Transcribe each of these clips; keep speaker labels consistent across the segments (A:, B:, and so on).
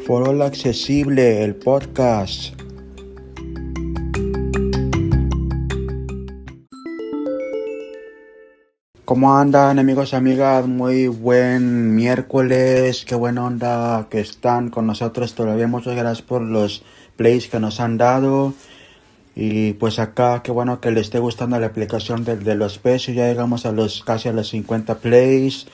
A: Forola Accesible, el podcast. ¿Cómo andan amigos y amigas? Muy buen miércoles, qué buena onda que están con nosotros todavía. Muchas gracias por los plays que nos han dado. Y pues acá, qué bueno que les esté gustando la aplicación de, de los pesos. Ya llegamos a los casi a los 50 plays.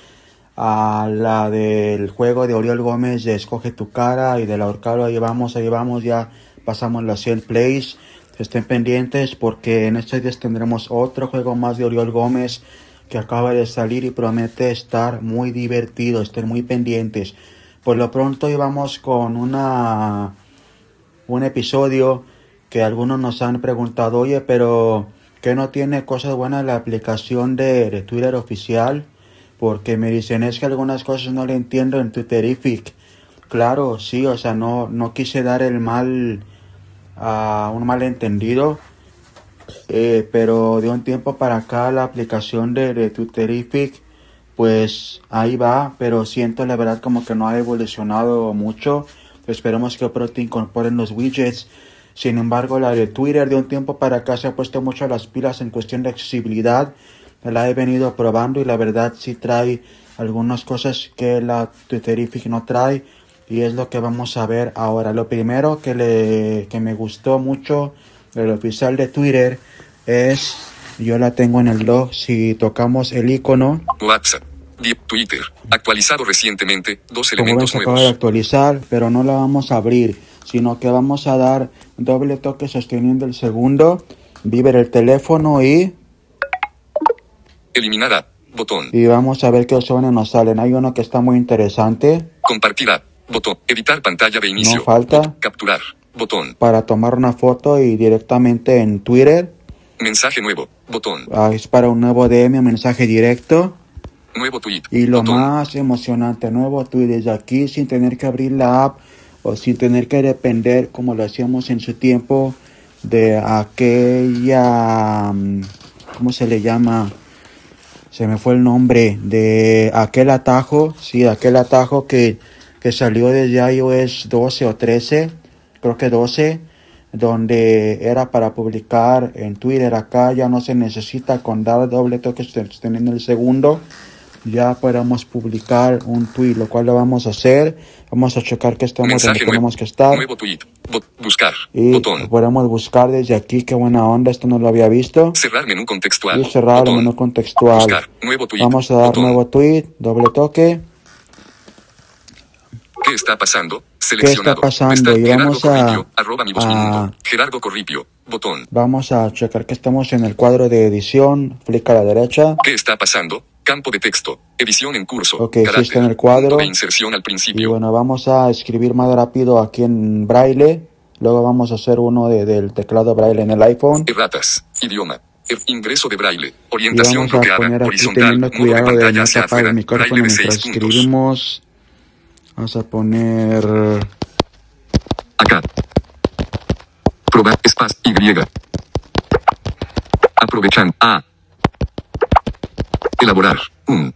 A: A la del juego de Oriol Gómez de Escoge tu cara y del ahorcado. Ahí vamos, ahí vamos. Ya pasamos los 100 plays. Estén pendientes porque en estos días tendremos otro juego más de Oriol Gómez que acaba de salir y promete estar muy divertido. Estén muy pendientes. Por lo pronto, hoy vamos con una, un episodio que algunos nos han preguntado, oye, pero que no tiene cosas buenas la aplicación de, de, Twitter oficial, porque me dicen es que algunas cosas no le entiendo en Twitterific. Claro, sí, o sea, no, no quise dar el mal a uh, un malentendido, eh, pero de un tiempo para acá la aplicación de, de Twitterific, pues ahí va, pero siento la verdad como que no ha evolucionado mucho. Esperemos que pronto te incorporen los widgets. Sin embargo, la de Twitter de un tiempo para acá se ha puesto mucho las pilas en cuestión de accesibilidad. La he venido probando y la verdad sí trae algunas cosas que la Twitterific no trae. Y es lo que vamos a ver ahora. Lo primero que, le, que me gustó mucho del oficial de Twitter es, yo la tengo en el blog, si tocamos el icono.
B: WhatsApp. Twitter, actualizado recientemente, dos elementos
A: Como ven, nuevos. de actualizar, pero no la vamos a abrir, sino que vamos a dar doble toque sosteniendo el segundo, vibra el teléfono y...
B: Eliminará, botón.
A: Y vamos a ver qué opciones nos salen. Hay uno que está muy interesante.
B: Compartirá, botón. Editar pantalla de inicio.
A: No falta.
B: Capturar, botón.
A: Para tomar una foto y directamente en Twitter.
B: Mensaje nuevo, botón.
A: Ah, es para un nuevo DM, un mensaje directo.
B: Nuevo tweet.
A: Y lo botón. más emocionante, nuevo tweet desde aquí sin tener que abrir la app o sin tener que depender, como lo hacíamos en su tiempo, de aquella. mm, ¿Cómo se le llama? Se me fue el nombre. De aquel atajo, sí, aquel atajo que, que salió desde iOS 12 o 13, creo que 12 donde era para publicar en Twitter acá ya no se necesita con dar doble toque sosteniendo el segundo ya podamos publicar un tweet, lo cual lo vamos a hacer. Vamos a checar que estamos
B: Mensaje
A: donde tenemos que estar.
B: Nuevo tweet. Bo buscar.
A: Y
B: botón.
A: podemos buscar desde aquí, qué buena onda, esto no lo había visto.
B: Cerrar menú contextual.
A: Y cerrar
B: botón.
A: el menú contextual.
B: Buscar. Nuevo tweet.
A: Vamos a dar
B: botón.
A: nuevo tweet, doble toque.
B: ¿Qué está pasando?
A: ¿Qué está pasando?
B: Está
A: y vamos
B: Gerardo
A: a,
B: Corripio,
A: a
B: Gerardo Corripio, botón.
A: Vamos a checar que estamos en el cuadro de edición. Clic a la derecha.
B: ¿Qué está pasando? Campo de texto. Edición en curso.
A: Ok,
B: carácter,
A: sí está en el cuadro.
B: de inserción al principio.
A: Y bueno, vamos a escribir más rápido aquí en braille. Luego vamos a hacer uno de- del teclado braille en el iPhone.
B: Erratas. Idioma. Er- ingreso de braille.
A: Y
B: Orientación
A: vamos a
B: rodeada.
A: poner aquí
B: Horizontal.
A: teniendo
B: Modo de
A: cuidado de
B: pantalla
A: no
B: hacia
A: tapar
B: afuera.
A: el
B: Braille
A: micrófono
B: de
A: mientras
B: 6 puntos.
A: escribimos. Vamos a poner...
B: Acá. Probar. Espacio. Y. Aprovechan. A. Elaborar. Un.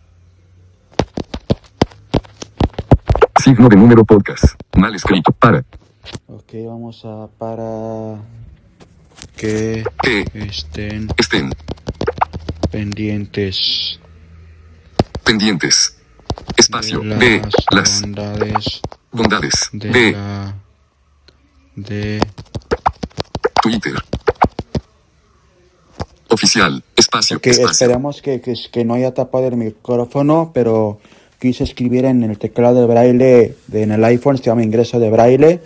B: Signo de número podcast. Mal escrito. Para.
A: Ok, vamos a para que
B: Que.
A: estén
B: Estén.
A: pendientes
B: Pendientes. Espacio.
A: de
B: De.
A: las
B: Las.
A: bondades
B: Bondades.
A: de,
B: de
A: la de
B: Twitter. Oficial. Espacio.
A: que
B: espacio.
A: esperamos que, que, que no haya tapado el micrófono, pero quise escribir en el teclado de braille de- en el iPhone, se llama ingreso de braille.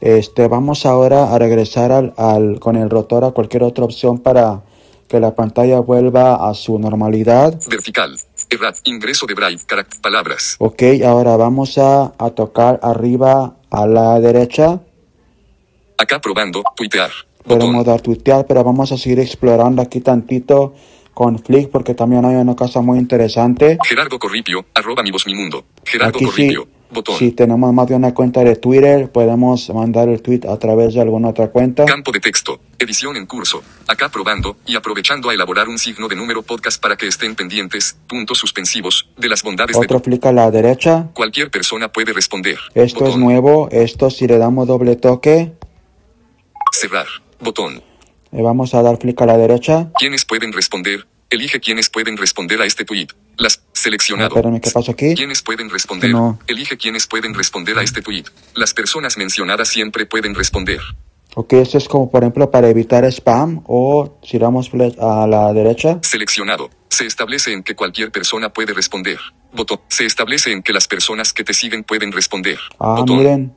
A: Este, vamos ahora a regresar al, al- con el rotor a cualquier otra opción para que la pantalla vuelva a su normalidad.
B: Vertical. Errat. Ingreso de braille. Caract. Palabras.
A: Ok, ahora vamos a, a tocar arriba a la derecha.
B: Acá probando. Tuitear.
A: Podemos
B: Botón.
A: dar tuitear, pero vamos a seguir explorando aquí tantito con Flick porque también hay una cosa muy interesante.
B: Gerardo Corripio. Arroba mi voz mi mundo. Gerardo
A: Aquí sí,
B: Corripio. Botón.
A: Si tenemos más de una cuenta de Twitter, podemos mandar el tweet a través de alguna otra cuenta.
B: Campo de texto. Edición en curso. Acá probando y aprovechando a elaborar un signo de número podcast para que estén pendientes, puntos suspensivos, de las bondades de
A: Otro flick a la derecha.
B: cualquier persona puede responder.
A: Esto es
B: Botón.
A: nuevo. Esto si le damos doble toque,
B: Cerrar. Botón.
A: le vamos a dar clic a la derecha.
B: ¿Quiénes pueden responder? Elige quiénes pueden responder a este tweet. Las
A: Ah,
B: seleccionado.
A: espérame, ¿qué pasó aquí?
B: ¿Quiénes pueden responder?
A: No.
B: Elige quiénes pueden responder a este tweet. Las personas mencionadas siempre pueden responder.
A: Ok, esto es como por ejemplo para evitar spam o si damos fle- a la derecha.
B: Seleccionado. Se establece en que cualquier persona puede responder. Botón. Se establece en que las personas que te siguen pueden responder.
A: Ah,
B: Botón.
A: miren,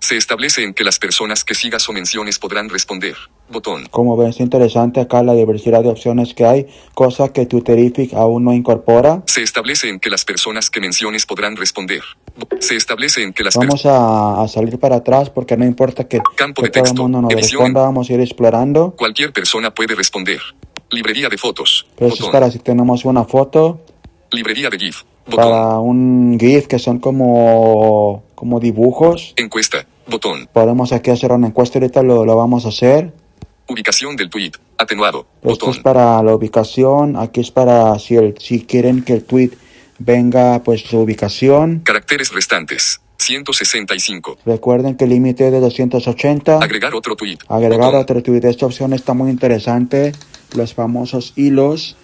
B: Se establece en que las personas que sigas o menciones podrán responder. Botón.
A: como ven, es interesante acá la diversidad de opciones que hay, cosa que Twitterific aún no incorpora.
B: Se establece en que las personas que menciones podrán responder. Bo- Se establece en que las personas...
A: Vamos a, a salir para atrás porque no importa que,
B: Campo
A: que
B: de
A: todo el
B: texto,
A: mundo nos
B: edición.
A: responda, vamos a ir explorando.
B: Cualquier persona puede responder. Librería de fotos.
A: Pero eso es
B: Botón.
A: para si tenemos una foto,
B: Librería de GIF. Botón.
A: para un GIF que son como, como dibujos.
B: Encuesta. Botón.
A: Podemos aquí hacer una encuesta, ahorita lo, lo vamos a hacer.
B: Ubicación del tweet. Atenuado.
A: Esto es
B: Botón.
A: para la ubicación, aquí es para si, el, si quieren que el tweet venga pues su ubicación.
B: Caracteres restantes. 165.
A: Recuerden que el límite es de 280.
B: Agregar otro tweet.
A: Agregar
B: Botón.
A: otro tweet. Esta opción está muy interesante. Los famosos hilos.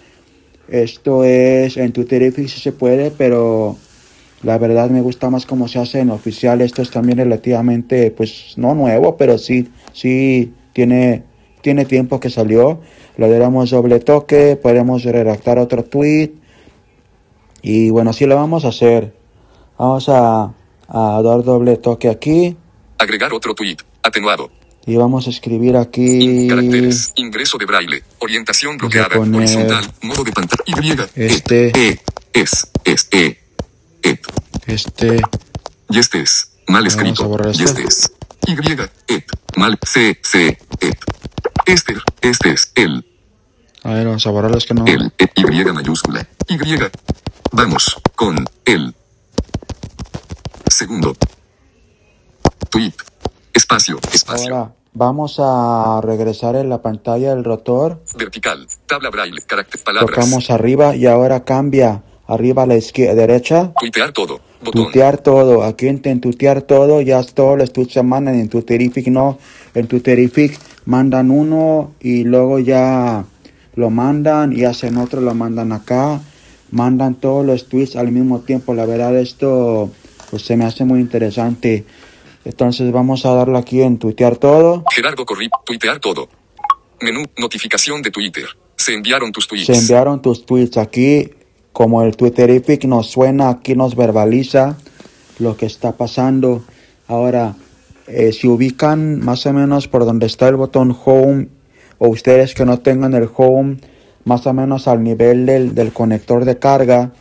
A: Esto es en Twitter si se puede, pero la verdad me gusta más cómo se hace en oficial. Esto es también relativamente, pues no nuevo, pero sí, sí tiene, tiene tiempo que salió. Le damos doble toque, podemos redactar otro tweet. Y bueno, así lo vamos a hacer. Vamos a, a dar doble toque aquí.
B: Agregar otro tweet. Atenuado.
A: Y vamos a escribir aquí.
B: In- Caracteres. Ingreso de braille. Orientación
A: Vamos a
B: bloqueada.
A: poner-
B: Horizontal. Modo de pantalla. Y.
A: Este.
B: E. Es. Es. E. Et.
A: Este.
B: Y este es. Mal
A: Vamos a
B: escrito.
A: borrar
B: Y
A: esto.
B: este es. Y. Et. Mal. C. C. Et. Este. Este es. El.
A: A ver, vamos a borrar los que no.
B: El, E, Y mayúscula, Y. Vamos, con, el. Segundo. Tweet. Espacio, espacio.
A: Ahora, vamos a regresar en la pantalla del rotor.
B: Vertical, tabla braille, carácter, palabras.
A: Tocamos arriba y ahora cambia. Arriba a la izquierda, derecha.
B: Tuitear todo, botón.
A: Tutear todo. Aquí en, en tutear todo, ya todos los tweets se mandan. En Twitterific no. En Twitterific mandan uno y luego ya lo mandan y hacen otro, lo mandan acá. Mandan todos los tweets al mismo tiempo. La verdad, esto pues, se me hace muy interesante. Entonces vamos a darle aquí en tuitear todo.
B: Gerardo Corri, tuitear todo. Menú, notificación de Twitter. Se enviaron tus tweets.
A: Se enviaron tus tweets aquí, como el Twitterific nos suena, aquí nos verbaliza lo que está pasando. Ahora, eh, si ubican más o menos por donde está el botón Home, o ustedes que no tengan el Home, más o menos al nivel del, del conector de carga,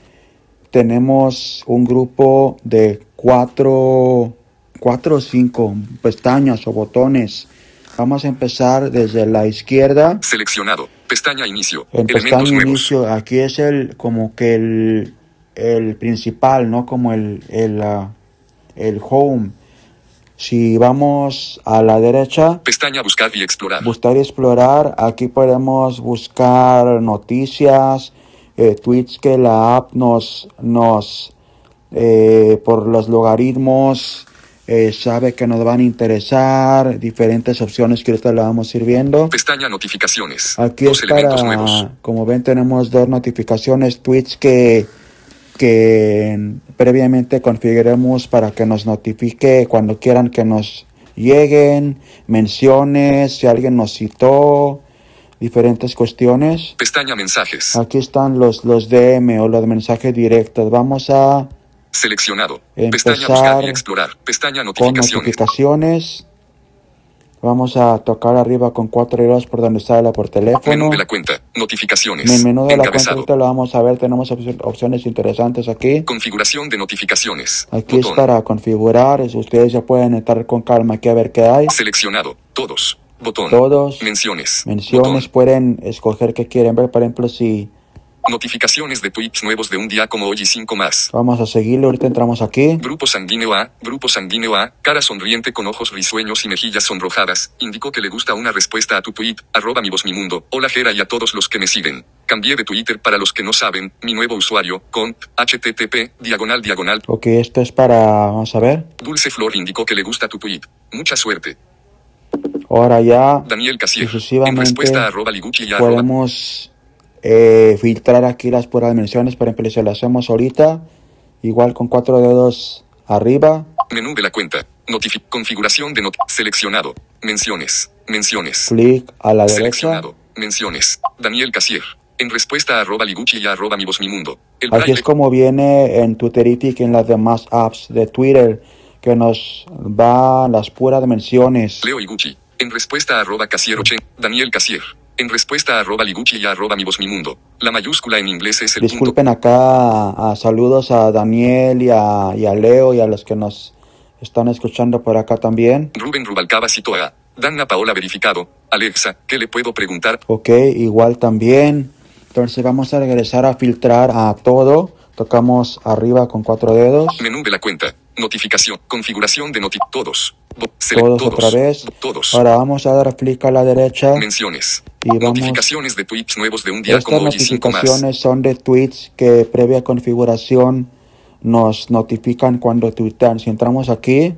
A: tenemos un grupo de cuatro, cuatro o cinco pestañas o botones. Vamos a empezar desde la izquierda.
B: Seleccionado, pestaña inicio,
A: En
B: elementos
A: pestaña
B: nuevos.
A: inicio, aquí es el como que el, el principal, ¿no? Como el, el, ah, el home. Si vamos a la derecha,
B: Pestaña buscar y explorar.
A: buscar y explorar, aquí podemos buscar noticias, eh, tweets que la app nos, nos eh, por los logaritmos, eh, sabe que nos van a interesar, diferentes opciones que ahorita le vamos a ir viendo.
B: pestaña notificaciones.
A: Aquí
B: Dos
A: es
B: elementos
A: para,
B: nuevos.
A: como ven, tenemos dos notificaciones, tweets que, que previamente configuremos para que nos notifique cuando quieran que nos lleguen, menciones, si alguien nos citó, diferentes cuestiones.
B: Pestaña mensajes.
A: Aquí están los, los DM o los mensajes directos. Vamos a
B: Seleccionado. Pestaña
A: Empezar.
B: buscar y explorar. Pestaña
A: con
B: notificaciones.
A: notificaciones. Vamos a tocar arriba con cuatro hilos por donde sale la por teléfono.
B: Menú de la cuenta. Notificaciones.
A: En el menú de la cuenta
B: Encabezado.
A: ahorita lo vamos a ver, tenemos opci- opciones interesantes aquí.
B: Configuración de notificaciones.
A: Aquí es
B: Botón.
A: para configurar, es- ustedes ya pueden entrar con calma aquí a ver qué hay.
B: Seleccionado. Todos. Botón.
A: Todos,
B: Menciones.
A: menciones,
B: Botón.
A: pueden escoger qué quieren ver, por ejemplo, si
B: Notificaciones de tweets nuevos de un día como hoy y 5 más.
A: Vamos a seguirlo. Ahorita entramos aquí.
B: Grupo sanguíneo A, grupo sanguíneo A, cara sonriente con ojos risueños y mejillas sonrojadas, indicó que le gusta una respuesta a tu tweet, arroba mi voz mi mundo, hola Jera y a todos los que me siguen. Cambié de Twitter para los que no saben, mi nuevo usuario, con http, diagonal diagonal.
A: Ok, esto es para. Vamos a ver.
B: Dulce Flor indicó que le gusta tu tweet. Mucha suerte.
A: Ahora ya.
B: Daniel Casier, en
A: Sucesivamente,
B: respuesta a arroba liguchi y arroba
A: Podemos eh, filtrar aquí las puras dimensiones. Por ejemplo, si lo hacemos ahorita, igual con cuatro dedos arriba.
B: Menú de la cuenta. Notifi- configuración de not seleccionado. Menciones. Menciones.
A: Clic a la derecha.
B: Seleccionado. Menciones. Daniel Casier. En respuesta a arroba Liguchi y a arroba mi voz mi mundo. El
A: Así es
B: braille.
A: como viene en Twitteritic y en las demás apps de Twitter, que nos da las puras dimensiones.
B: Leo Iguchi. En respuesta a arroba Casier ochen. Daniel Casier. En respuesta a arroba Liguchi y a arroba mi voz mi mundo. La mayúscula en inglés es el punto.
A: Disculpen acá a, a saludos a Daniel y a, y a Leo y a los que nos están escuchando por acá también.
B: Rubén Rubalcaba citó a Dana Paola verificado. Alexa, ¿qué le puedo preguntar?
A: Ok, igual también. Entonces vamos a regresar a filtrar a todo. Tocamos arriba con cuatro dedos.
B: Menú de la cuenta. Notificación. Configuración de noti. Todos. Bo- sele-
A: Todos otra vez.
B: Bo- Todos.
A: Ahora vamos a dar clic a la derecha.
B: Menciones.
A: Y vamos-
B: Notificaciones de tweets nuevos de un día
A: Estas
B: como hoy y cinco más.
A: notificaciones son de tweets que previa configuración nos notifican cuando tuitean. Si entramos aquí,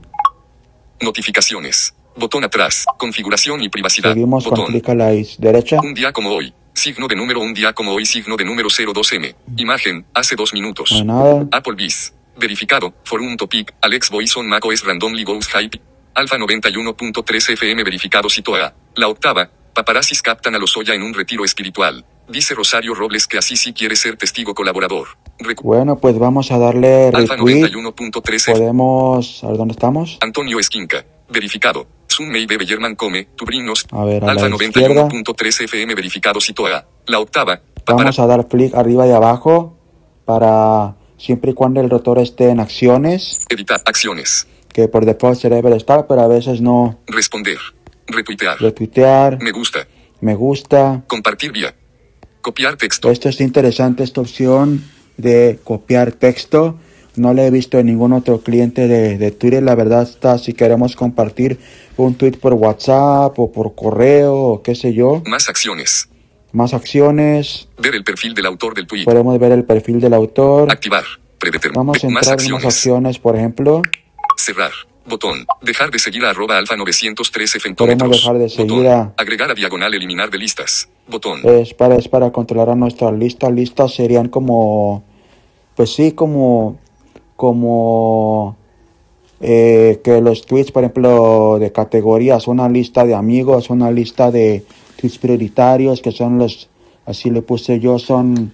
B: Notificaciones. Botón atrás. Configuración y privacidad.
A: seguimos con
B: Botón.
A: clic a la is- derecha.
B: Un día como hoy. Signo de número un día como hoy. Signo de número 02M. Imagen. Hace dos minutos.
A: No hay nada.
B: Applebee's. Verificado. Forum Topic. Alex Boyson macOS Randomly Goes Hype. Alfa 91.3 FM verificado citó a La octava. Paparazzis captan a Lozoya en un retiro espiritual. Dice Rosario Robles que así sí quiere ser testigo colaborador. Recu-
A: Bueno, pues vamos a darle
B: Alfa
A: retweet.
B: 91.3 FM.
A: Podemos. A ver dónde estamos.
B: Antonio Esquinca. Verificado. Sunmei Bebe German Come, Tubrinos.
A: A ver, a la
B: Alfa
A: izquierda.
B: 91.3 FM verificado Citoa. La octava. Papara-
A: Vamos a dar clic arriba y abajo para siempre y cuando el rotor esté en acciones,
B: Editar. Acciones.
A: que por default se debe de estar, pero a veces no.
B: Responder. Retuitear.
A: Retuitear,
B: Me gusta.
A: me gusta.
B: Compartir vía. Copiar texto.
A: Esto es interesante, esta opción de copiar texto. No la he visto en ningún otro cliente de, de Twitter. La verdad está, si queremos compartir un tweet por WhatsApp o por correo o qué sé yo,
B: Más acciones.
A: más acciones.
B: Ver el perfil del autor del tweet.
A: Podemos ver el perfil del autor.
B: Activar. Predeterminar.
A: Vamos a
B: Más
A: entrar en
B: acciones.
A: más acciones, por ejemplo.
B: Cerrar. Botón. Dejar de seguir a arroba alfa 903
A: Podemos
B: fentómetros.
A: dejar de seguir
B: Botón.
A: a-
B: Agregar a diagonal eliminar de listas. Botón.
A: Es para, es para controlar a nuestra lista. Listas serían como. Pues sí, como. Como. eh, que los tweets, por ejemplo, de categorías, una lista de amigos, una lista de tweets prioritarios, que son los. Así le puse yo, son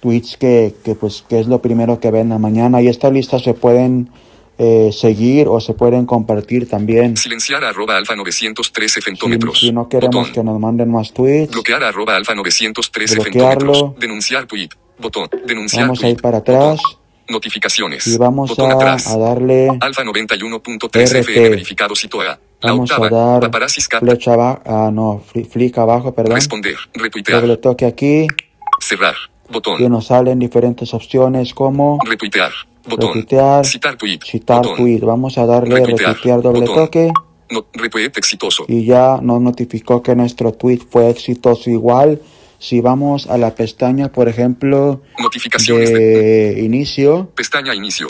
A: tweets que, que, pues, que es lo primero que ven en la mañana. Y estas listas se pueden eh, seguir o se pueden compartir también. Si,
B: Silenciar a arroba alfa 913 fentómetros.
A: si no queremos
B: Botón.
A: que nos manden más tweets.
B: Bloquear a arroba alfa 913
A: Bloquearlo.
B: fentómetros. Denunciar tweet. Botón. Denunciar
A: Vamos a
B: tweet.
A: ir para atrás.
B: Botón. Notificaciones.
A: Y vamos
B: Botón
A: a,
B: atrás.
A: a darle
B: Alfa 91.3
A: RT.
B: FM verificado Citoa. La
A: Vamos a
B: octava.
A: dar
B: Paparazzi Scat.
A: flecha abajo, ah no, fli- flick abajo, perdón.
B: Responder. Retuitear.
A: Doble toque aquí
B: Cerrar.
A: y
B: Botón.
A: nos salen diferentes opciones como
B: Retuitear. Botón.
A: Retuitear.
B: Citar tweet.
A: citar
B: Botón.
A: tweet. Vamos a darle
B: Retuitear.
A: retuitear doble
B: Botón.
A: toque
B: No, retweet exitoso.
A: y ya nos notificó que nuestro tweet fue exitoso igual. Si vamos a la pestaña, por ejemplo,
B: Notificaciones de...
A: de inicio
B: Pestaña inicio.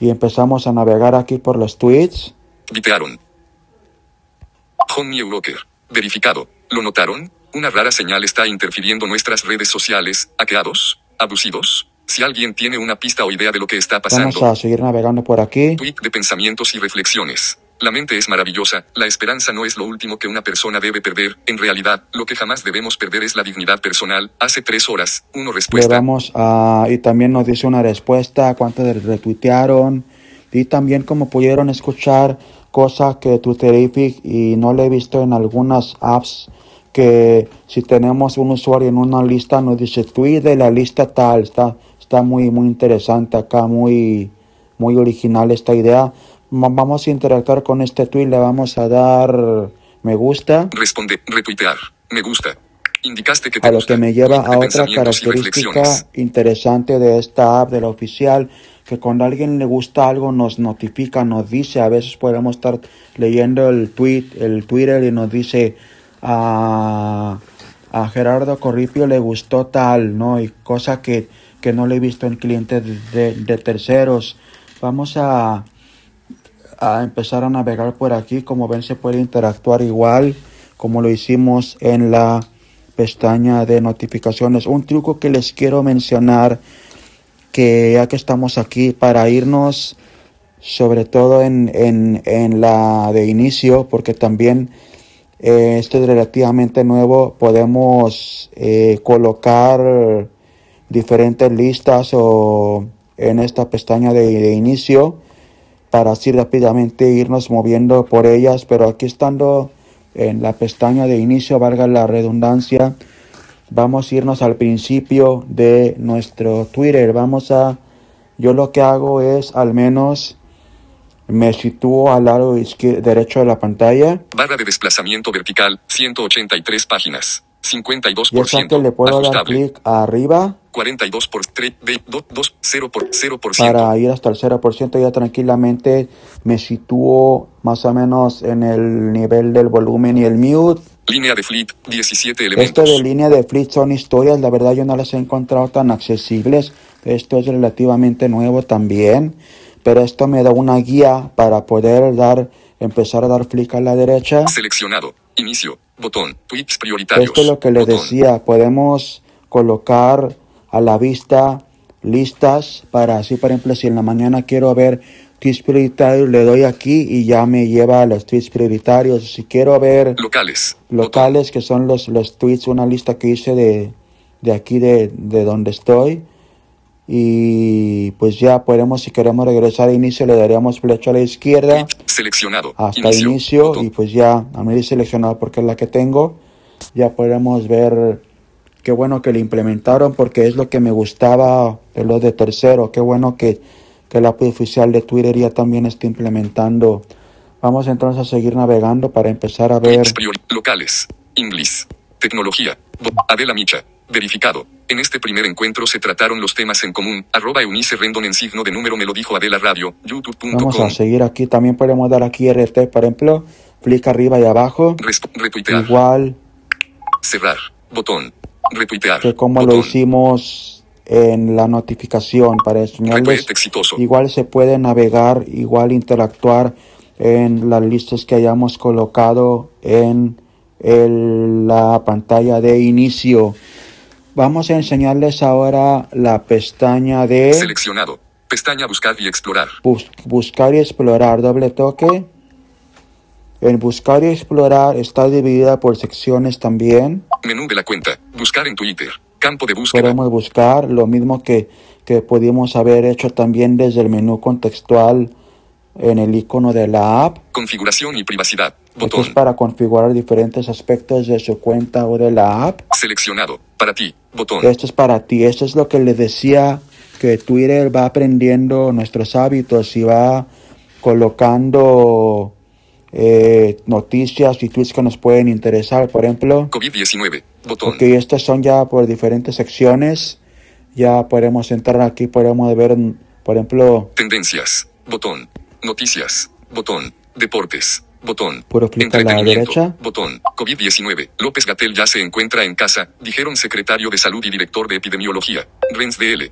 A: y empezamos a navegar aquí por los tweets,
B: Vitearon. John Newrocker. Verificado. ¿Lo notaron? Una rara señal está interfiriendo nuestras redes sociales. ¿Hackeados? ¿Abusivos? Si alguien tiene una pista o idea de lo que está pasando.
A: vamos a seguir navegando por aquí.
B: Tweet de pensamientos y reflexiones. La mente es maravillosa, la esperanza no es lo último que una persona debe perder, en realidad, lo que jamás debemos perder es la dignidad personal. Hace tres horas, uno
A: Le
B: respuesta.
A: vamos a. Y también nos dice una respuesta, cuántos le retuitearon. Y también, como pudieron escuchar, cosa que Twitterific y no le he visto en algunas apps, que si tenemos un usuario en una lista, nos dice tweet de la lista tal. Está, está muy, muy interesante acá, muy, muy original esta idea. Ma- Vamos a interactuar con este tweet, le vamos a dar me gusta.
B: Responde, retuitear, me gusta. Indicaste que te
A: A lo
B: gusta.
A: que me lleva
B: Lista de
A: a otra
B: pensamientos y
A: característica
B: reflexiones.
A: interesante de esta app de la oficial, que cuando a alguien le gusta algo nos notifica, nos dice, a veces podemos estar leyendo el tweet, el Twitter y nos dice a, a Gerardo Corripio le gustó tal, ¿no? Y cosa que, que no le he visto en clientes de, de terceros. Vamos a, a empezar a navegar por aquí. Como ven, se puede interactuar igual como lo hicimos en la pestaña de notificaciones. Un truco que les quiero mencionar, que ya que estamos aquí, para irnos sobre todo en, en, en la de inicio, porque también eh, esto es relativamente nuevo, podemos eh, colocar diferentes listas o en esta pestaña de- de inicio para así rápidamente irnos moviendo por ellas, pero aquí estando en la pestaña de inicio, valga la redundancia, vamos a irnos al principio de nuestro Twitter. Vamos a, yo lo que hago es al menos me sitúo al lado izquier- derecho de la pantalla
B: Barra de desplazamiento vertical, 183 páginas. 52%.
A: y es que le puedo dar
B: ajustable.
A: clic arriba
B: 42 por 3, de, 2, 0 por 0 por
A: para ir hasta el 0% ya tranquilamente me sitúo más o menos en el nivel del volumen y el mute
B: Línea de fleet, 17
A: Esto
B: elementos.
A: de línea de Fleet son historias, la verdad yo no las he encontrado tan accesibles. Esto es relativamente nuevo también, pero esto me da una guía para poder dar, empezar a dar clic a la derecha.
B: Seleccionado. Inicio. Botón. Tweets prioritarios.
A: Esto es lo que les
B: Botón.
A: decía, podemos colocar a la vista listas para así, por ejemplo, si en la mañana quiero ver tweets prioritarios, le doy aquí y ya me lleva a los tweets prioritarios. Si quiero ver
B: Locales. Botón.
A: locales que son los, los tweets, una lista que hice de, de aquí de, de donde estoy. Y pues ya podemos, si queremos regresar a inicio, le daríamos flecha a la izquierda
B: Tweet. Seleccionado.
A: hasta inicio,
B: Botón.
A: y pues ya a mí seleccionado porque es la que tengo. Ya podemos ver qué bueno que le implementaron porque es lo que me gustaba de los de tercero. Qué bueno que, que la app oficial de Twitter ya también está implementando. Vamos entonces a seguir navegando para empezar a ver.
B: Tweets priori- locales. English. Tecnología. Bo- Adela Micha. Verificado. En este primer encuentro se trataron los temas en común. Arroba Eunice Rendon en signo de número me lo dijo Adela Radio.
A: Vamos a
B: YouTube.com.
A: seguir aquí. También podemos dar aquí RT, por ejemplo. Clic arriba y abajo.
B: Resp- Retuitear.
A: Igual
B: Cerrar. Botón. Retuitear.
A: que como lo
B: Botón.
A: hicimos en la notificación para enseñarles.
B: Retuite exitoso.
A: Igual se puede navegar, igual interactuar en las listas que hayamos colocado en el- la pantalla de inicio. Vamos a enseñarles ahora la pestaña de
B: Seleccionado. Pestaña buscar y explorar.
A: Bus- buscar y explorar, doble toque. En buscar y explorar está dividida por secciones también.
B: Menú de la cuenta. Buscar en Twitter. Campo de búsqueda.
A: Podemos buscar lo mismo que, que pudimos haber hecho también desde el menú contextual en el icono de la app.
B: Configuración y privacidad.
A: Esto es
B: Botón.
A: para configurar diferentes aspectos de su cuenta o de la app.
B: Seleccionado. Para ti. Botón.
A: Esto es para ti. Esto es lo que les decía que Twitter va aprendiendo nuestros hábitos y va colocando eh, noticias y tweets que nos pueden interesar. Por ejemplo,
B: COVID-19. Botón.
A: porque estas son ya por diferentes secciones. Ya podemos entrar aquí, podemos ver, por ejemplo,
B: Tendencias. Botón. Noticias. Botón. Deportes. Botón.
A: Puro clic a la
B: Entretenimiento.
A: derecha.
B: Botón. COVID-19. López Gatel ya se encuentra en casa, dijeron secretario de Salud y director de Epidemiología. Rens DL.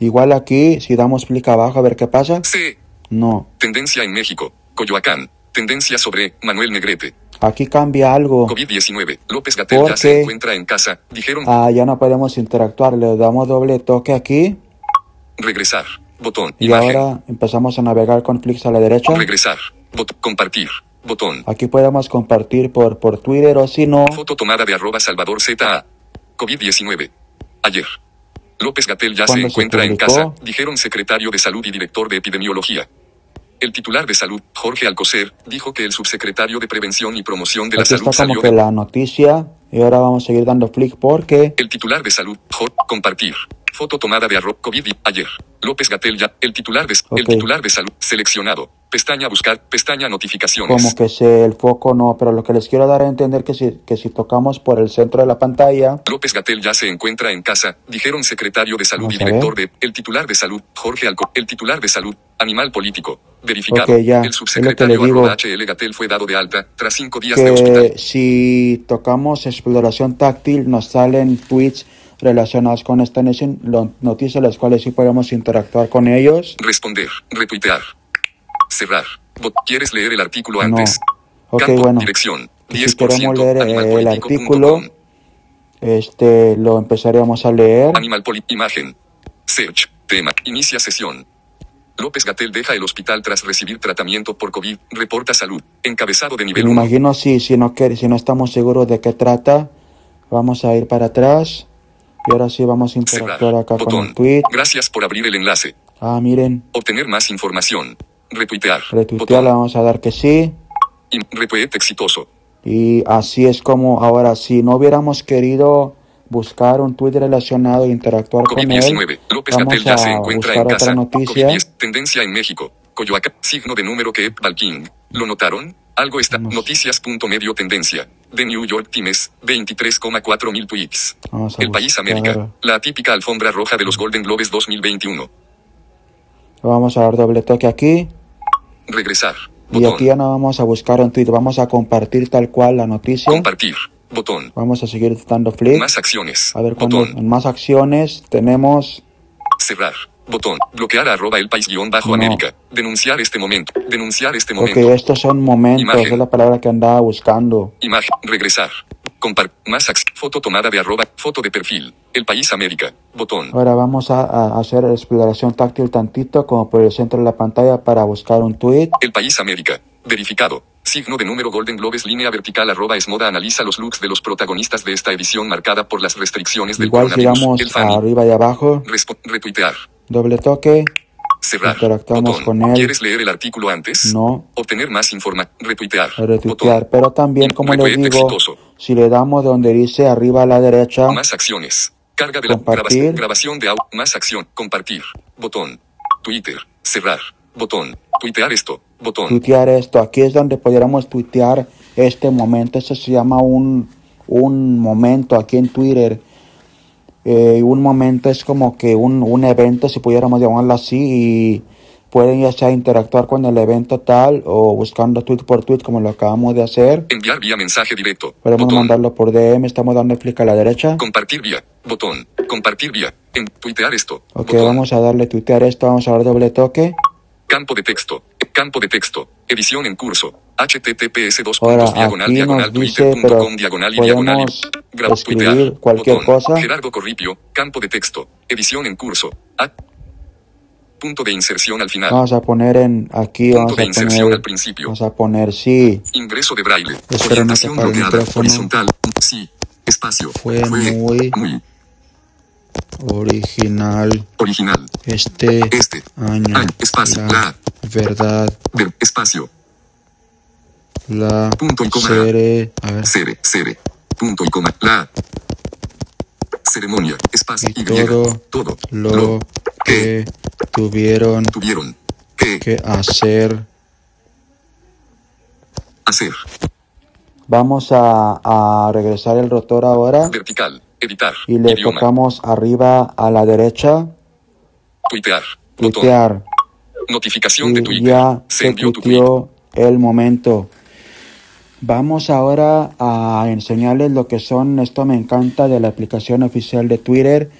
A: igual aquí, si damos clic abajo a ver qué pasa.
B: C.
A: No,
B: Tendencia en México. Coyoacán. Tendencia sobre Manuel Negrete.
A: aquí cambia algo.
B: COVID-19. López Gatel ya
A: Porque-
B: se encuentra en casa, dijeron.
A: Ah, ya no podemos interactuar. Le damos doble toque aquí
B: Regresar. Botón.
A: y
B: Imagen.
A: ahora empezamos a navegar con clics a la derecha.
B: Regresar. Bot- compartir. Botón.
A: Aquí podemos compartir por, por Twitter o si no,
B: Foto tomada de arroba Salvador ZA. COVID-19. Ayer. López Gatel ya se
A: ¿Cuándo se
B: encuentra en
A: publicó?
B: casa, dijeron secretario de Salud y director de Epidemiología. El titular de salud, Jorge Alcocer, dijo que el subsecretario de Prevención y Promoción de la
A: aquí
B: Salud
A: está
B: salió.
A: como que la noticia. Y ahora vamos a seguir dando clic porque
B: El titular de salud, Jorge, compartir. Foto tomada de arroba COVID ayer. López Gatel ya, el titular de, el
A: Ok.
B: titular de salud, seleccionado. Pestaña buscar, pestaña notificaciones.
A: Como que se, el foco no, pero lo que les quiero dar a entender que si, que si tocamos por el centro de la pantalla,
B: López Gatel ya se encuentra en casa, dijeron secretario de salud
A: Vamos
B: y
A: a ver.
B: director de, el titular de salud, Jorge Alco, el titular de salud, animal político, verificado.
A: Ok, ya,
B: El
A: es lo que
B: subsecretario
A: le digo.
B: arroba HL Gatel fue dado de alta tras cinco días de hospital.
A: que si tocamos exploración táctil nos salen tweets relacionados con esta nation- lo- noticias las cuales sí podemos interactuar con ellos.
B: Responder, retuitear, cerrar. Bot- ¿Quieres leer el artículo antes?
A: No. Ok,
B: Campo,
A: bueno.
B: dirección,
A: Y Si queremos
B: 10%
A: leer eh, el artículo,
B: animalpolitico.com.
A: este lo empezaríamos a leer.
B: Animal Poli. Imagen. Search. Tema. Inicia sesión. López Gatel deja el hospital tras recibir tratamiento por COVID. Reporta salud. Encabezado de
A: Me
B: nivel 1.
A: imagino si, si, no, quer- si no estamos seguros de qué trata, vamos a ir para atrás. Y ahora sí vamos a
B: Cerrar.
A: interactuar acá con
B: Botón.
A: el tweet.
B: Gracias por abrir el enlace.
A: Ah, miren,
B: Obtener más información. Retuitear.
A: retuitear, le vamos a dar que sí.
B: Y retuite exitoso.
A: Y así es como ahora, si no hubiéramos querido buscar un tweet relacionado e interactuar con él,
B: COVID-19. López Gatel
A: vamos
B: ya se
A: a
B: encuentra en
A: buscar otra
B: casa.
A: noticia.
B: COVID-10. Tendencia en México. Coyoacán. Signo de número que Valking. ¿Lo notaron? Algo está.
A: Vamos.
B: Noticias.medio tendencia. De New York Times. 23,4 mil tweets.
A: Vamos a
B: El país
A: buscar-
B: América. La atípica alfombra roja de los Golden Globes 2021.
A: Vamos a dar doble toque aquí.
B: Regresar.
A: Y aquí
B: Botón.
A: ya no vamos a buscar un tweet, vamos a compartir tal cual la noticia.
B: Compartir. Botón.
A: Vamos a seguir dando flick.
B: Más acciones.
A: A ver cuando
B: Botón.
A: en más acciones tenemos.
B: Cerrar. Botón. Bloquear a arroba el país guión bajo
A: No.
B: América. Denunciar este momento. Denunciar este
A: Porque
B: momento.
A: estos son momentos,
B: Imagen.
A: es la palabra que andaba buscando.
B: Imagen. Regresar. Compar. Más acc- Foto tomada de arroba. Foto de perfil. El país América. Botón.
A: Ahora vamos a, a hacer exploración táctil tantito como por el centro de la pantalla para buscar un tweet.
B: El país América. Verificado. Signo de número Golden Globes línea vertical arroba esmoda analiza los looks de los protagonistas de esta edición marcada por las restricciones del
A: Igual
B: coronavirus.
A: giramos
B: el Fanny.
A: arriba y abajo.
B: Respo- retuitear.
A: Doble toque.
B: Cerrar.
A: Interactuamos
B: Botón.
A: con él.
B: ¿Quieres leer el artículo antes?
A: No.
B: Obtener más información. Retuitear.
A: Retuitear.
B: Botón.
A: Pero también, como les
B: Retuite
A: digo,
B: exitoso.
A: si le damos donde dice arriba a la derecha,
B: Más acciones. Carga de la
A: Compartir.
B: grabación, grabación de audio. Más acción. Compartir. Botón. Twitter. Cerrar. Botón. Tuitear esto. Botón.
A: tuitear esto. Aquí es donde pudiéramos tuitear este momento. Eso se llama un, un momento aquí en Twitter. Eh, un momento es como que un, un evento, si pudiéramos llamarlo así, y pueden ya sea interactuar con el evento tal o buscando tweet por tweet como lo acabamos de hacer.
B: Enviar vía mensaje directo.
A: Podemos
B: Botón.
A: mandarlo por DM, estamos dando clic a la derecha.
B: Compartir vía. Botón. Compartir vía. En tuitear esto.
A: Ok,
B: Botón.
A: vamos a darle tuitear esto, vamos a dar doble toque.
B: Campo de texto. Campo de texto. Edición en curso. HTTPS 2.
A: Ahora,
B: diagonal
A: aquí
B: diagonal
A: nos dice,
B: twitter.com
A: pero
B: diagonal y
A: podemos
B: diagonal. Grab
A: escribir
B: tuitear.
A: cualquier
B: Botón.
A: cosa.
B: Gerardo Corripio. Campo de texto. Edición en curso. A- Punto de inserción al final.
A: Vamos a poner en aquí,
B: Punto
A: vamos
B: de
A: a
B: inserción
A: poner,
B: al principio.
A: vamos a poner sí.
B: Ingreso de braille.
A: Espero no
B: Orientación
A: tapar el
B: bloqueada.
A: micrófono.
B: Horizontal. Sí. Espacio.
A: Fue muy
B: muy
A: original
B: original.
A: este
B: Este.
A: año.
B: Ay, espacio.
A: La
B: La.
A: verdad
B: Ver. Espacio.
A: la
B: Punto y coma.
A: seré. A ver,
B: Cere. Cere. Punto y coma. La. Ceremonia. Espacio.
A: Y
B: Y. griega.
A: todo
B: Todo.
A: lo que tuvieron
B: tuvieron que
A: que hacer.
B: hacer.
A: Vamos a, a regresar el rotor ahora
B: Vertical. Editar.
A: y le
B: Idioma.
A: tocamos arriba a la derecha,
B: Tuitear. Botón.
A: tuitear.
B: Notificación de
A: y
B: Twitter.
A: ya
B: Se
A: se
B: envió tu tweet.
A: tuiteó el momento. Vamos ahora a enseñarles lo que son, esto me encanta, de la aplicación oficial de Twitter,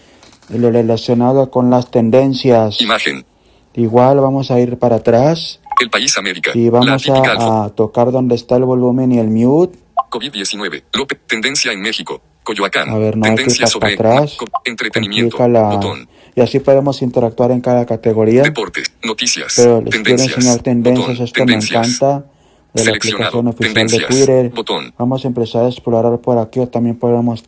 A: lo relacionado con las tendencias.
B: Imagen.
A: Igual vamos a ir para atrás
B: El país América.
A: y
B: la
A: vamos
B: típica alfa.
A: a, a tocar donde está el volumen y el mute.
B: COVID-19. López. Tendencia en México. Coyoacán.
A: A ver, no hay que
B: tendencia
A: ir
B: sobre
A: para atrás.
B: co- entretenimiento.
A: Clica la-
B: Botón.
A: y así podemos interactuar en cada categoría.
B: Deportes. Noticias.
A: Pero les quiero
B: tendencias.
A: enseñar tendencias,
B: botón.
A: esto me
B: tendencias.
A: encanta. De la
B: Seleccionado.
A: aplicación oficial de
B: Tendencias.
A: Twitter.
B: Botón.
A: Vamos a empezar a explorar por aquí o también podemos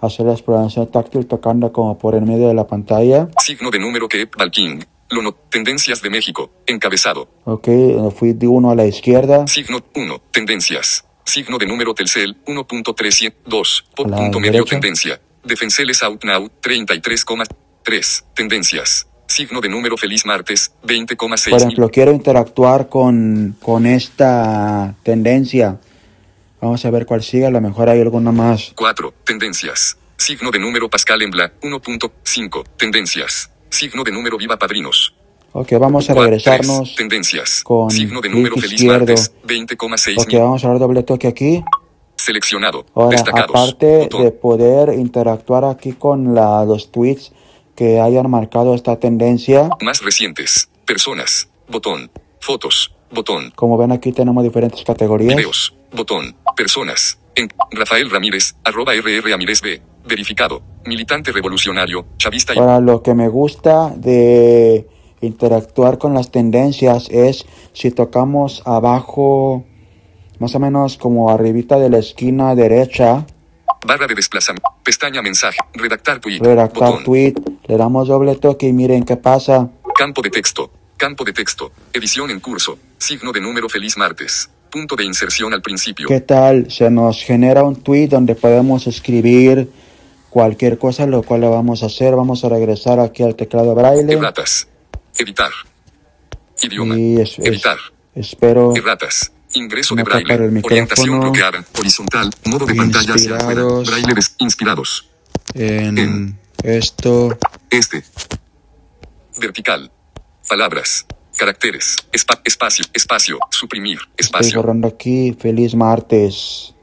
A: hacer la exploración táctil tocando como por en medio de la pantalla.
B: Signo de número que Valking. Lo no- tendencias de México. Encabezado.
A: Ok, eh, fui de uno a la izquierda.
B: Signo 1. Tendencias. Signo de número Telcel 1.302. Por
A: La
B: punto medio
A: derecha.
B: tendencia. Defenseles Out Now 33,3. Tendencias. Signo de número feliz martes, 20,6.
A: Por ejemplo, quiero interactuar con, con esta tendencia. Vamos a ver cuál sigue, a lo mejor hay alguna más.
B: 4. Tendencias. Signo de número Pascal Embla, 1.5. Tendencias. Signo de número Viva Padrinos.
A: Ok, vamos a
B: Cua-
A: regresarnos.
B: tres, Tendencias.
A: con
B: Signo de
A: clic
B: número feliz
A: izquierdo.
B: martes, 20,6.
A: Ok,
B: mil.
A: vamos a dar doble toque aquí.
B: Seleccionado.
A: Ahora,
B: Destacados.
A: aparte
B: Botón.
A: de poder interactuar aquí con la, los tweets que hayan marcado esta tendencia,
B: Más recientes. Personas. Botón. Fotos. Botón.
A: como ven aquí tenemos diferentes categorías.
B: Videos. Botón. Personas. En Rafael Ramírez, arroba RR Ramírez B. Verificado. Militante revolucionario, chavista y
A: Ahora, lo que me gusta de interactuar con las tendencias es si tocamos abajo, más o menos como arribita de la esquina derecha,
B: barra de desplazamiento. Pestaña mensaje. Redactar tweet.
A: redactar
B: botón.
A: tweet, le damos doble toque y miren qué pasa.
B: Campo de texto. Campo de texto. Edición en curso. Signo de número feliz martes. Punto de inserción al principio.
A: ¿Qué tal? Se nos genera un tweet donde podemos escribir cualquier cosa, lo cual lo vamos a hacer. Vamos a regresar aquí al teclado braille.
B: Erratas. Editar. Idioma.
A: Y es- es-
B: Editar.
A: espero
B: Erratas. Ingreso de
A: Marca
B: braille.
A: para el micrófono.
B: Orientación bloqueada. Horizontal. Modo de pantalla hacia afuera.
A: Inspirados.
B: Braille des- inspirados.
A: en esto.
B: Este. Vertical. Palabras. Caracteres. Espa- espacio. Espacio. Suprimir.
A: Estoy
B: Espacio.
A: borrando aquí. Feliz martes.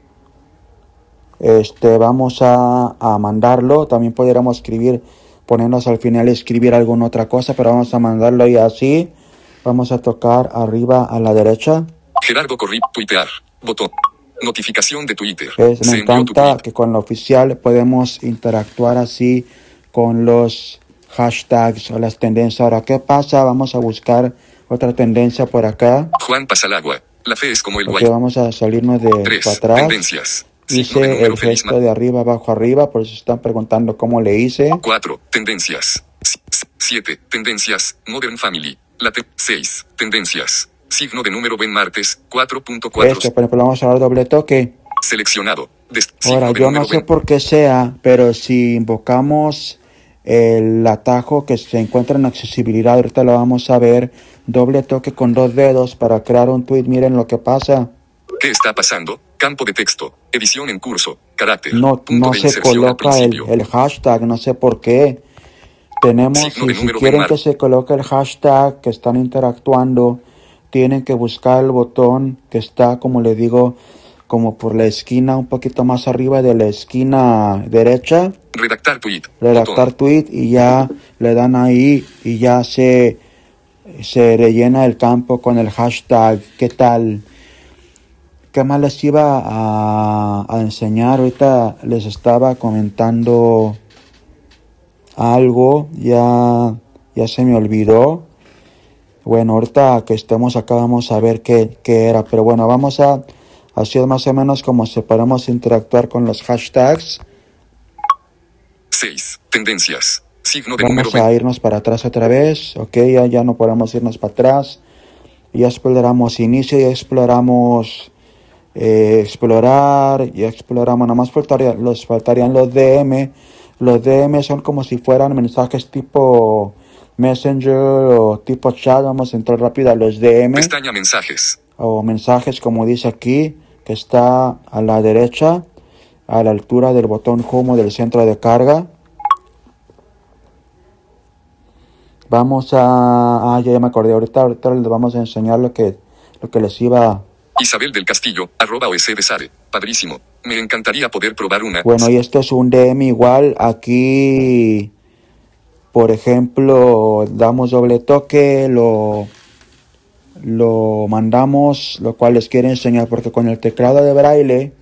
A: Este, vamos a, a mandarlo. También podríamos escribir, ponernos al final escribir alguna otra cosa, pero vamos a mandarlo y así. Vamos a tocar arriba a la derecha.
B: Gerardo Corrip. Tuitear. Botón. Notificación de Twitter.
A: Es- me
B: Se envió tu
A: encanta
B: tweet.
A: que con lo oficial podemos interactuar así con los hashtags o las tendencias. Ahora, ¿qué pasa? Vamos a buscar otra tendencia por acá.
B: Juan Pasalagua. La fe es como el
A: Ok,
B: guay.
A: vamos a salirnos de
B: Tres.
A: para atrás.
B: Tendencias. Signo de
A: Hice
B: número
A: el
B: feliz
A: gesto de arriba, abajo, arriba, por eso están preguntando cómo le hice.
B: 4. Tendencias. 7. Tendencias. Modern Family. La 6. Tendencias. Signo de número Ben martes. 4.4.
A: Este, por ejemplo, le vamos a dar doble toque.
B: Seleccionado. Des-
A: Ahora,
B: signo de
A: yo
B: número
A: no sé
B: Ben.
A: por qué sea, pero si invocamos el atajo que se encuentra en accesibilidad, ahorita lo vamos a ver, doble toque con dos dedos para crear un tweet, miren lo que pasa.
B: ¿Qué está pasando? Campo de texto. Edición en curso. Carácter.
A: No,
B: Eh, Punto
A: no
B: de
A: se
B: inserción al
A: coloca el,
B: principio.
A: el hashtag, no sé por qué. Tenemos,
B: Signo
A: si,
B: de
A: si
B: número
A: quieren
B: firmar.
A: que se coloque el hashtag, que están interactuando, tienen que buscar el botón que está, como le digo, como por la esquina, un poquito más arriba de la esquina derecha.
B: Redactar tweet.
A: redactar
B: Botón.
A: tweet y ya le dan ahí y ya se, se rellena el campo con el hashtag. ¿Qué tal? ¿Qué más les iba a, a enseñar? Ahorita les estaba comentando algo, ya, ya se me olvidó. Bueno, ahorita que estemos acá vamos a ver qué, qué era, pero bueno, vamos a hacer más o menos como si podamos interactuar con los hashtags.
B: 6. Tendencias. Signo de número
A: Vamos
B: Ben.
A: a irnos para atrás otra vez, ok, ya, ya no podemos irnos para atrás. Ya exploramos inicio, ya exploramos eh, explorar, ya exploramos, nada más faltaría, los, faltarían los DM. Los DM son como si fueran mensajes tipo Messenger o tipo chat, vamos a entrar rápido a los DM
B: Pestaña mensajes.
A: o mensajes como dice aquí, que está a la derecha, a la altura del botón home del centro de carga. Vamos a... Ah, ya ya me acordé. Ahorita, ahorita les vamos a enseñar lo que, lo que les iba...
B: Isabel del Castillo. Arroba OS de Sade. E. Padrísimo. Me encantaría poder probar una.
A: Bueno, y esto es un DM igual. Aquí, por ejemplo, damos doble toque, lo, lo mandamos, lo cual les quiero enseñar porque con el teclado de braille...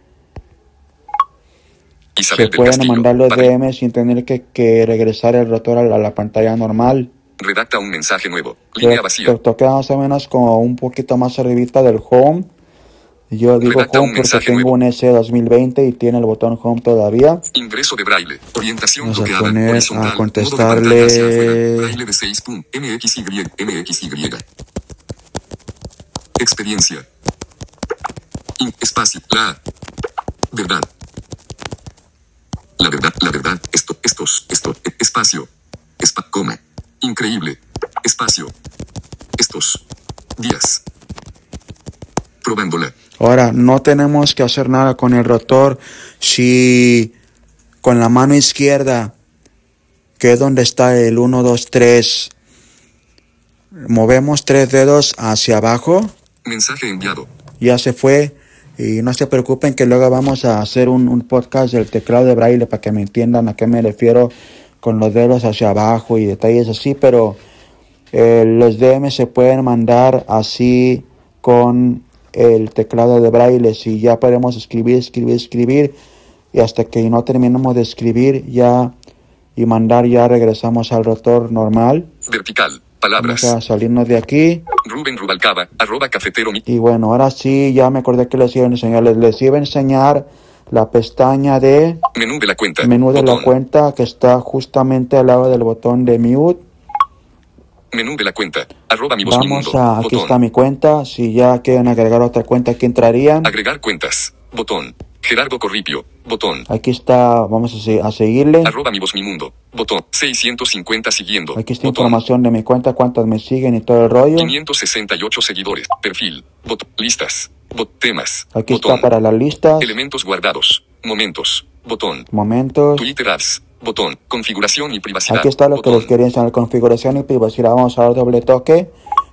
B: Isabel
A: se
B: del
A: pueden
B: Castillo.
A: mandar los
B: Padre-
A: DM sin tener que, que regresar el rotor a la, a la pantalla normal.
B: Redacta un mensaje nuevo. Línea
A: Te
B: vacía.
A: toca más o menos como un poquito más arribita del home. Yo digo
B: Redacta un
A: home porque
B: mensaje
A: tengo
B: nuevo.
A: un S2020 y tiene el botón home todavía.
B: Ingreso de braille. Orientación
A: Vamos a
B: bloqueada.
A: poner
B: horizontal,
A: a
B: modo de
A: contestarle.
B: pantalla hacia afuera, Braille de 6. pum, MXY. MXY. Experiencia. In- espacio. La. Verdad. La verdad. La verdad. Esto. Estos. Esto. e- Espacio. Espa, coma. Increíble. Espacio. Estos. Días. Probándola.
A: Ahora, no tenemos que hacer nada con el rotor. Si con la mano izquierda, que es donde está el 1, 2, 3, movemos tres dedos hacia abajo,
B: Mensaje enviado.
A: ya se fue. Y no se preocupen que luego vamos a hacer un, un podcast del teclado de braille para que me entiendan a qué me refiero con los dedos hacia abajo y detalles así, pero eh, los DM se pueden mandar así con el teclado de braille. Si ya podemos escribir, escribir, escribir, y hasta que no terminemos de escribir ya y mandar, ya regresamos al rotor normal.
B: Vertical.
A: Vamos
B: Palabras.
A: a salirnos de aquí.
B: Rubén Rubalcaba, arroba cafetero mi.
A: Y bueno, ahora sí, ya me acordé que les iba a enseñar. Les, les iba a enseñar la pestaña de
B: Menú de la cuenta.
A: menú de la
B: Botón.
A: cuenta que está justamente al lado del botón de mute.
B: Menú de la cuenta. Arroba mi voz mi
A: Vamos
B: mundo.
A: a, aquí
B: Botón.
A: está mi cuenta. Si ya quieren agregar otra cuenta, aquí entrarían.
B: Agregar cuentas. Botón. Gerardo Corripio. Botón.
A: Aquí está, vamos a, se- a seguirle.
B: Arroba mi voz mi mundo. Botón. 650 siguiendo.
A: Aquí está
B: Botón.
A: información de mi cuenta, cuántas me siguen y todo el rollo.
B: 568 seguidores. Perfil. Bot. Listas. Bot. Temas.
A: Aquí
B: botón.
A: está para las listas,
B: Elementos guardados. Momentos. Botón.
A: momentos.
B: Twitter apps. Botón. Configuración y privacidad.
A: Aquí está lo que
B: botón.
A: les quería enseñar, configuración y privacidad. Vamos a dar doble toque.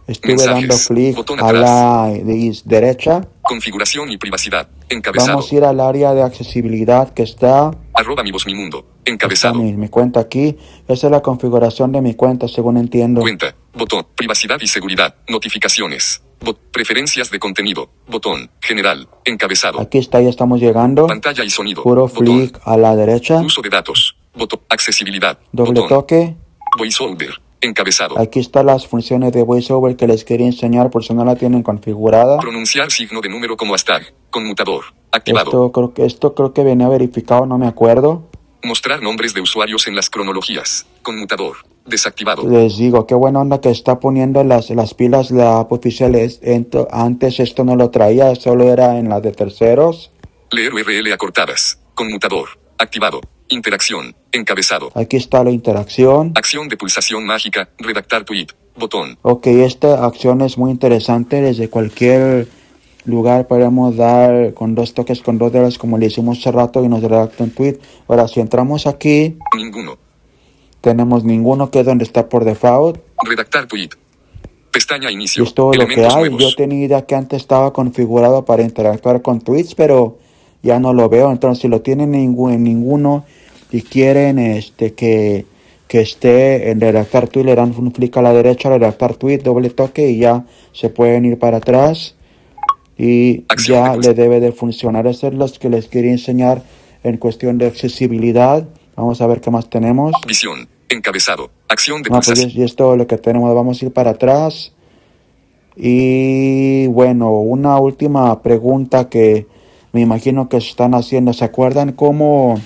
A: Estuve
B: Mensajes,
A: dando clic
B: botón
A: a la de- derecha.
B: Configuración y privacidad. Encabezado.
A: Vamos a ir al área de accesibilidad que está,
B: Arroba mi voz mi mundo.
A: está
B: Encabezado.
A: mi, mi cuenta aquí. Esa es la configuración de mi cuenta, según entiendo.
B: Cuenta. Botón. Privacidad y seguridad. Notificaciones. Bot. Preferencias de contenido. Botón. General. Encabezado.
A: Aquí está, ya estamos llegando.
B: Pantalla y sonido.
A: Puro
B: botón.
A: flick a la derecha.
B: Uso de datos. Botón. Accesibilidad.
A: Doble
B: botón.
A: toque.
B: Voiceover. Encabezado.
A: Aquí están las funciones de VoiceOver que les quería enseñar por si no la tienen configurada.
B: Pronunciar signo de número como hashtag. Conmutador. Activado.
A: Esto creo, que, esto creo que venía verificado, no me acuerdo.
B: Mostrar nombres de usuarios en las cronologías. Conmutador. Desactivado.
A: Les digo, qué buena onda que está poniendo las, las pilas la app oficial. Es- ento- antes esto no lo traía, solo era en la de terceros.
B: Leer URL acortadas. Conmutador. Activado. Interacción. Encabezado.
A: Aquí está la interacción.
B: Acción de pulsación mágica. Redactar tweet. Botón.
A: Ok, esta acción es muy interesante. Desde cualquier lugar podemos dar con dos toques, con dos dedos, como le hicimos hace rato y nos redacta un tweet. Ahora, si entramos aquí,
B: Ninguno.
A: tenemos ninguno que es donde está por default.
B: Redactar tweet. Pestaña inicio.
A: Y es todo lo que
B: Elementos
A: hay. Yo
B: nuevos.
A: tenía idea que antes estaba configurado para interactuar con tweets, pero ya no lo veo. Entonces, si lo tienen ningú- en ninguno y quieren este que, que esté en redactar tweet, le dan un clic a la derecha, redactar tweet, doble toque y ya se pueden ir para atrás. Y
B: Acción de
A: ya
B: pulsa-
A: le debe de funcionar. Eso es lo que les quería enseñar en cuestión de accesibilidad. Vamos a ver qué más tenemos.
B: Visión. Encabezado. Acción de
A: No, pues
B: pulsación.
A: es- y es todo lo que tenemos. Vamos a ir para atrás. Y bueno, una última pregunta que me imagino que se están haciendo. ¿Se acuerdan cómo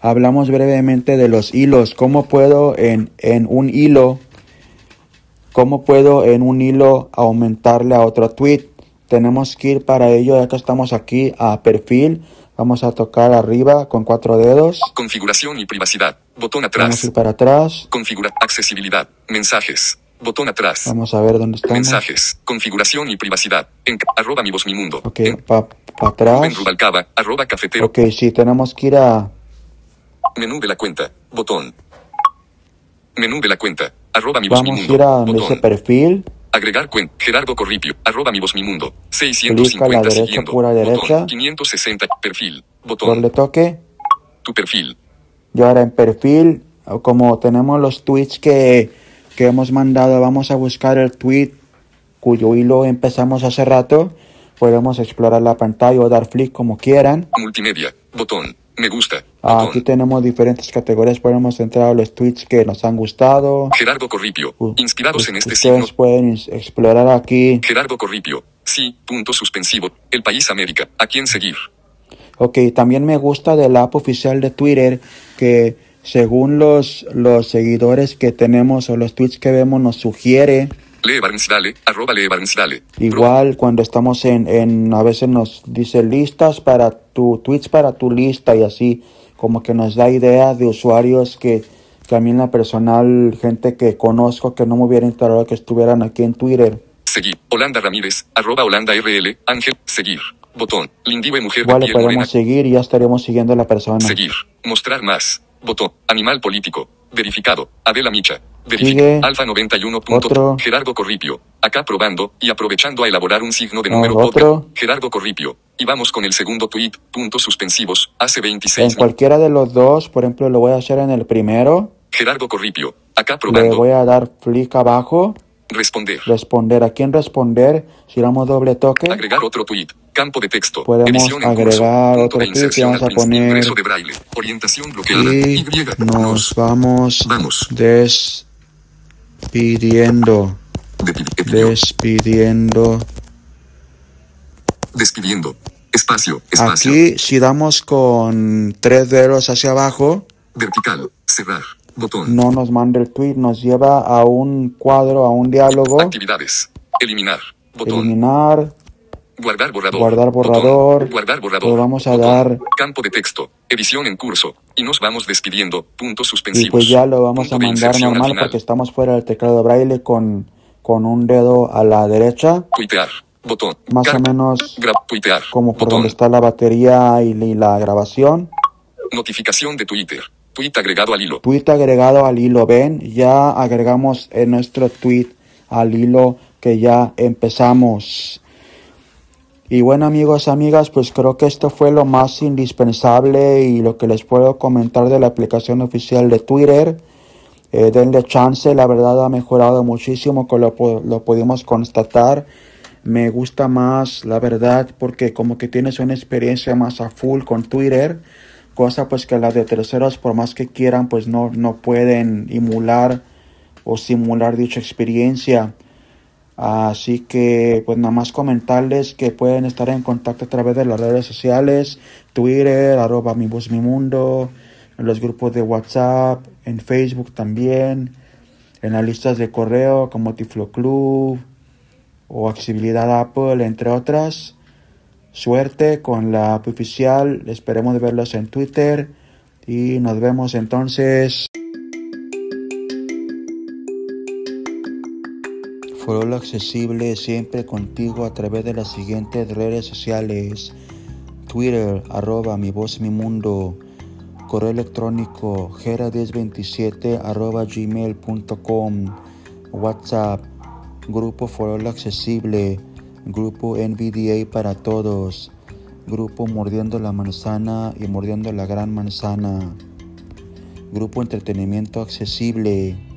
A: hablamos brevemente de los hilos? ¿Cómo puedo en, en un hilo, cómo puedo en un hilo aumentarle a otro tweet? Tenemos que ir para ello, ya que estamos aquí a perfil. Vamos a tocar arriba con cuatro dedos.
B: Configuración y privacidad. Botón
A: Vamos a
B: atrás.
A: ir para atrás.
B: Configurar. Accesibilidad. Mensajes. Botón atrás.
A: Vamos a ver dónde estamos.
B: Mensajes. Configuración y privacidad. En arroba mi voz mi mundo.
A: Ok,
B: En
A: para
B: Rubén
A: atrás.
B: Rubalcaba. Arroba cafetero.
A: Ok, sí, tenemos que ir a...
B: Menú de la cuenta. Botón. Menú de la cuenta. Arroba mi voz mi
A: Vamos a ir
B: mundo.
A: a donde dice
B: Botón.
A: perfil.
B: Agregar cuenta. Gerardo Corripio. Arroba mi voz mi mundo.
A: Clic a la
B: 650
A: derecha,
B: siguiendo.
A: pura derecha.
B: Botón. 560. Perfil. Botón.
A: Doble toque.
B: Tu perfil.
A: Y ahora en perfil, como tenemos los tweets que, que hemos mandado, vamos a buscar el tweet cuyo hilo empezamos hace rato. Podemos explorar la pantalla o dar clic como quieran.
B: Multimedia. Botón. Me gusta.
A: Ah, Aquí
B: Botón.
A: tenemos diferentes categorías. Podemos entrar a los tweets que nos han gustado.
B: Gerardo Corripio.
A: U-
B: Inspirados en este signo.
A: Ustedes pueden ins- explorar aquí
B: Gerardo Corripio. Sí, punto suspensivo. El país América. ¿A quién seguir?
A: Ok, también me gusta de la app oficial de Twitter que según los, los seguidores que tenemos o los tweets que vemos nos sugiere.
B: Lee Barnes Dale. Arroba Lee Barnes Dale.
A: Igual cuando estamos en, en, a veces nos dice listas para tu, tweets para tu lista y así, como que nos da idea de usuarios que, También la personal, gente que conozco que no me hubiera enterado que estuvieran aquí en Twitter.
B: Seguir. Holanda Ramírez, arroba Holanda RL, Ángel, seguir. Botón. Lindive mujer
A: Igual
B: de
A: le
B: piel morena.
A: podemos seguir y ya estaríamos siguiendo a la persona.
B: Seguir. Mostrar más. Botón. Animal político. Verificado. Adela Micha.
A: Sigue.
B: Verifica. Alfa 91.
A: Otro.
B: Gerardo Corripio. Acá probando y aprovechando a elaborar un signo de
A: No,
B: número
A: otro.
B: podcast. Gerardo Corripio. Y vamos con el segundo tweet. Puntos suspensivos. Hace
A: En
B: 26.
A: cualquiera de los dos, por ejemplo, lo voy a hacer en el primero.
B: Gerardo Corripio. Acá
A: Le
B: probando.
A: voy a dar clic abajo.
B: Responder.
A: Responder. Aquí en responder, si damos doble toque,
B: Agregar otro tweet. Campo de texto.
A: Podemos
B: Edición en curso.
A: agregar
B: Punto
A: otro tweet
B: de
A: y
B: inserción
A: vamos
B: al
A: a
B: prin-
A: poner-
B: Ingreso de braille. Orientación bloqueada. Y.
A: y nos vamos
B: Vamos.
A: despidiendo.
B: De- de- de-
A: Despidiendo.
B: Despidiendo. Espacio. Espacio.
A: Aquí, si damos con tres dedos hacia abajo,
B: Vertical. Cerrar. Botón.
A: no nos manda el tweet, nos lleva a un cuadro, a un diálogo.
B: Actividades. Eliminar. Botón.
A: Eliminar.
B: Guardar borrador.
A: Guardar
B: Botón.
A: borrador.
B: Guardar borrador.
A: Le vamos a
B: Botón.
A: dar-
B: Campo de texto. Edición en curso. Y nos vamos despidiendo. Puntos suspensivos.
A: Y pues ya lo vamos
B: Punto
A: a
B: de
A: mandar
B: inserción al
A: normal
B: final.
A: porque estamos fuera del teclado de braille con, con un dedo a la derecha,
B: Tuitear. Botón.
A: más o
B: Car-
A: menos
B: Gra- tuitear.
A: como por
B: Botón.
A: donde está la batería y, y la grabación.
B: Notificación de Twitter. Tweet agregado al hilo.
A: Tweet agregado al hilo, ven, ya agregamos en nuestro tweet al hilo que ya empezamos. Y bueno amigos, amigas, pues creo que esto fue lo más indispensable y lo que les puedo comentar de la aplicación oficial de Twitter. Eh, denle chance, la verdad ha mejorado muchísimo, que lo, pu- lo pudimos constatar. Me gusta más, la verdad, porque como que tienes una experiencia más a full con Twitter, cosa pues que las de terceros, por más que quieran, pues no, no pueden emular o simular dicha experiencia. Así que, pues nada más comentarles que pueden estar en contacto a través de las redes sociales, Twitter, arroba mi voz mi mundo, en los grupos de WhatsApp, en Facebook también, en las listas de correo como Tiflo Club o Accesibilidad Apple, entre otras. Suerte con la app oficial, esperemos verlos en Twitter y nos vemos entonces. Foro accesible siempre contigo a través de las siguientes redes sociales. Twitter, arroba mi voz, mi mundo. Correo electrónico, gera1027, arroba gmail.com. WhatsApp, Grupo Foro Accesible. Grupo NVDA para todos. Grupo Mordiendo la Manzana y Mordiendo la Gran Manzana. Grupo Entretenimiento Accesible.